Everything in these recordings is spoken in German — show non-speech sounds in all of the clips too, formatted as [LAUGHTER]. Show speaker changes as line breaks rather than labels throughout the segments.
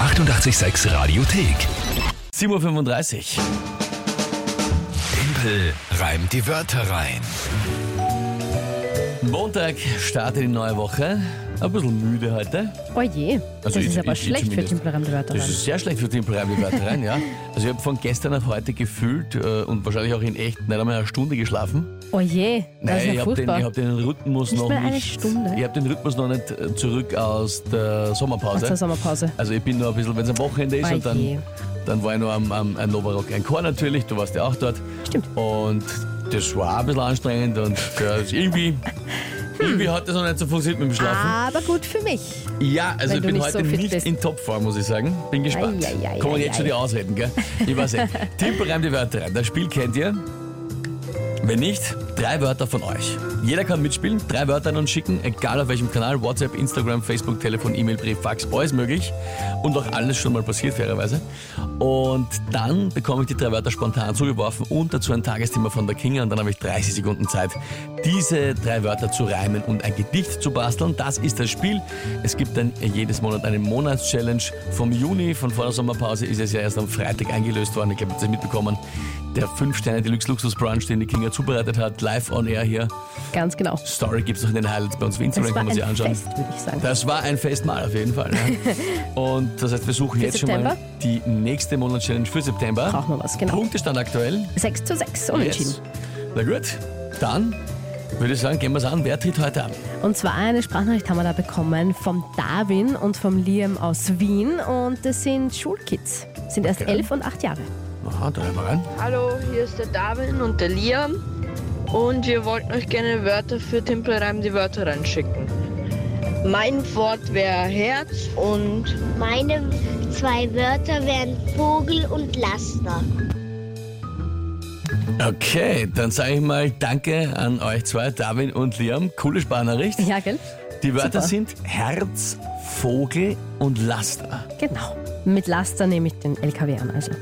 886 Radiothek.
7.35 Uhr.
Tempel reimt die Wörter rein.
Montag startet die neue Woche. Ein bisschen müde heute.
Oh je, das
Also ich-
ist aber
ich- ich
schlecht für
zumindest.
Timplerem Wörter.
Das ist sehr schlecht für den rein, ja. Also ich habe von gestern nach heute gefühlt äh, und wahrscheinlich auch in echt nicht einmal eine Stunde geschlafen.
Oh je, das ist
Nein,
ja
ich habe den,
furchtbar.
ich hab den Rhythmus
Nicht
noch
mal eine
nicht.
Stunde?
Ich habe den Rhythmus noch nicht äh, zurück aus der
Aus
Sommerpause.
der Sommerpause.
Also ich bin nur ein bisschen, wenn es am Wochenende ist
Oh
und
je.
dann, dann war ich noch am, am, am Novarock ein Chor natürlich, du warst ja auch dort.
Stimmt.
Und das war auch ein bisschen anstrengend und äh,
[LAUGHS]
irgendwie, irgendwie hat das noch nicht so funktioniert mit dem Schlafen.
Aber gut für mich.
Ja, also ich
wenn du
bin
nicht
heute
so fit
nicht
bist.
in Topform, muss ich sagen. Bin gespannt.
Ei, ei, ei,
Kommen
ei,
jetzt schon
ei.
die Ausreden, gell? Ich weiß
[LAUGHS]
nicht. Timpel reimt die Wörter rein. Das Spiel kennt ihr. Wenn nicht, drei Wörter von euch. Jeder kann mitspielen, drei Wörter an uns schicken, egal auf welchem Kanal, WhatsApp, Instagram, Facebook, Telefon, E-Mail, Brief, Fax, alles möglich. Und auch alles schon mal passiert, fairerweise. Und dann bekomme ich die drei Wörter spontan zugeworfen und dazu ein Tagesthema von der Kinga und dann habe ich 30 Sekunden Zeit, diese drei Wörter zu reimen und ein Gedicht zu basteln. Das ist das Spiel. Es gibt dann jedes Monat eine Monatschallenge vom Juni, von vor der Sommerpause ist es ja erst am Freitag eingelöst worden. Ich glaube, ihr habt es mitbekommen. Der 5-Sterne-Deluxe-Luxus-Brunch, den die Kinga zubereitet hat, live on air hier.
Ganz genau.
Story gibt es noch in den Highlights bei uns auf
Das
Instagram,
war
kann man
ein
sich anschauen.
Fest, würde ich sagen.
Das war ein Festmahl auf jeden Fall. Ne?
[LAUGHS]
Und das heißt, wir suchen jetzt schon mal
September?
die nächste Monatschallenge für September.
Brauchen wir was, genau.
Punktestand aktuell.
6 zu 6, unentschieden.
Yes. Na gut, dann würde ich sagen, gehen wir es an. Wer tritt heute an?
Und zwar eine Sprachnachricht haben wir da bekommen vom Darwin und vom Liam aus Wien. Und das sind Schulkids. Sind erst
Okay.
elf und acht Jahre.
Aha, da hören wir rein.
Hallo, hier ist der Darwin und der Liam und wir wollten euch gerne Wörter für Tempelreim die Wörter reinschicken. Mein Wort wäre Herz und
Meine zwei Wörter wären Vogel und Laster.
Okay, dann sage ich mal Danke an euch zwei, Darwin und Liam. Coole Sparnachricht.
Ja, gell?
Die Wörter
Super.
sind Herz, Vogel und Laster.
Genau. Mit Laster nehme ich den LKW an, also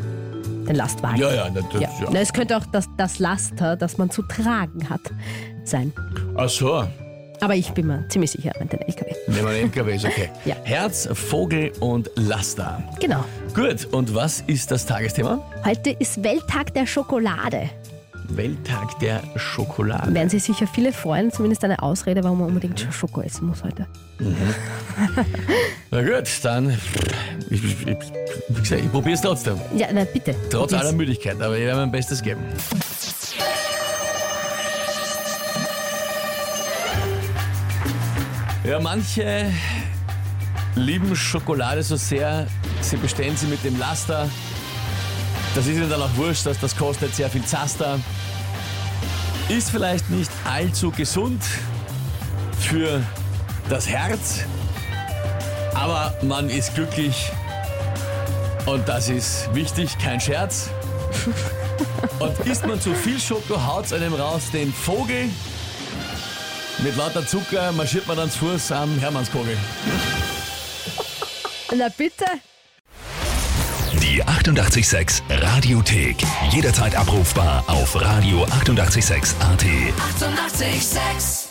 den Lastwagen.
Ja, ja, natürlich.
Ja.
Ah. Ja. Ne?
Na, es könnte auch das, das Laster, das man zu tragen hat, sein.
Ach so,
Aber ich bin mir ziemlich sicher, mit den LKW.
nehmen wir einen LKW, ist okay.
Ja.
Herz, Vogel und Laster.
Genau.
Gut, und was ist das Tagesthema?
Heute ist Welttag der Schokolade.
Welttag der Schokolade.
Werden sich sicher viele freuen, zumindest eine Ausrede, warum man unbedingt Schoko essen muss heute.
Na gut, dann. Ich, ich, ich, wie gesagt, ich probiere es trotzdem.
Ja, na bitte.
Trotz
Dies-
aller Müdigkeit, aber ich werde mein Bestes geben. Ja, manche lieben Schokolade so sehr, sie bestellen sie mit dem Laster. Das ist ihnen dann auch wurscht, dass das kostet sehr viel Zaster. Ist vielleicht nicht allzu gesund für das Herz, aber man ist glücklich und das ist wichtig, kein Scherz. Und isst man zu viel Schoko, haut's einem raus den Vogel. Mit lauter Zucker marschiert man dann zu Fuß am Hermannskogel.
Na bitte.
Die 886 Radiothek. Jederzeit abrufbar auf radio886.at. 886!
886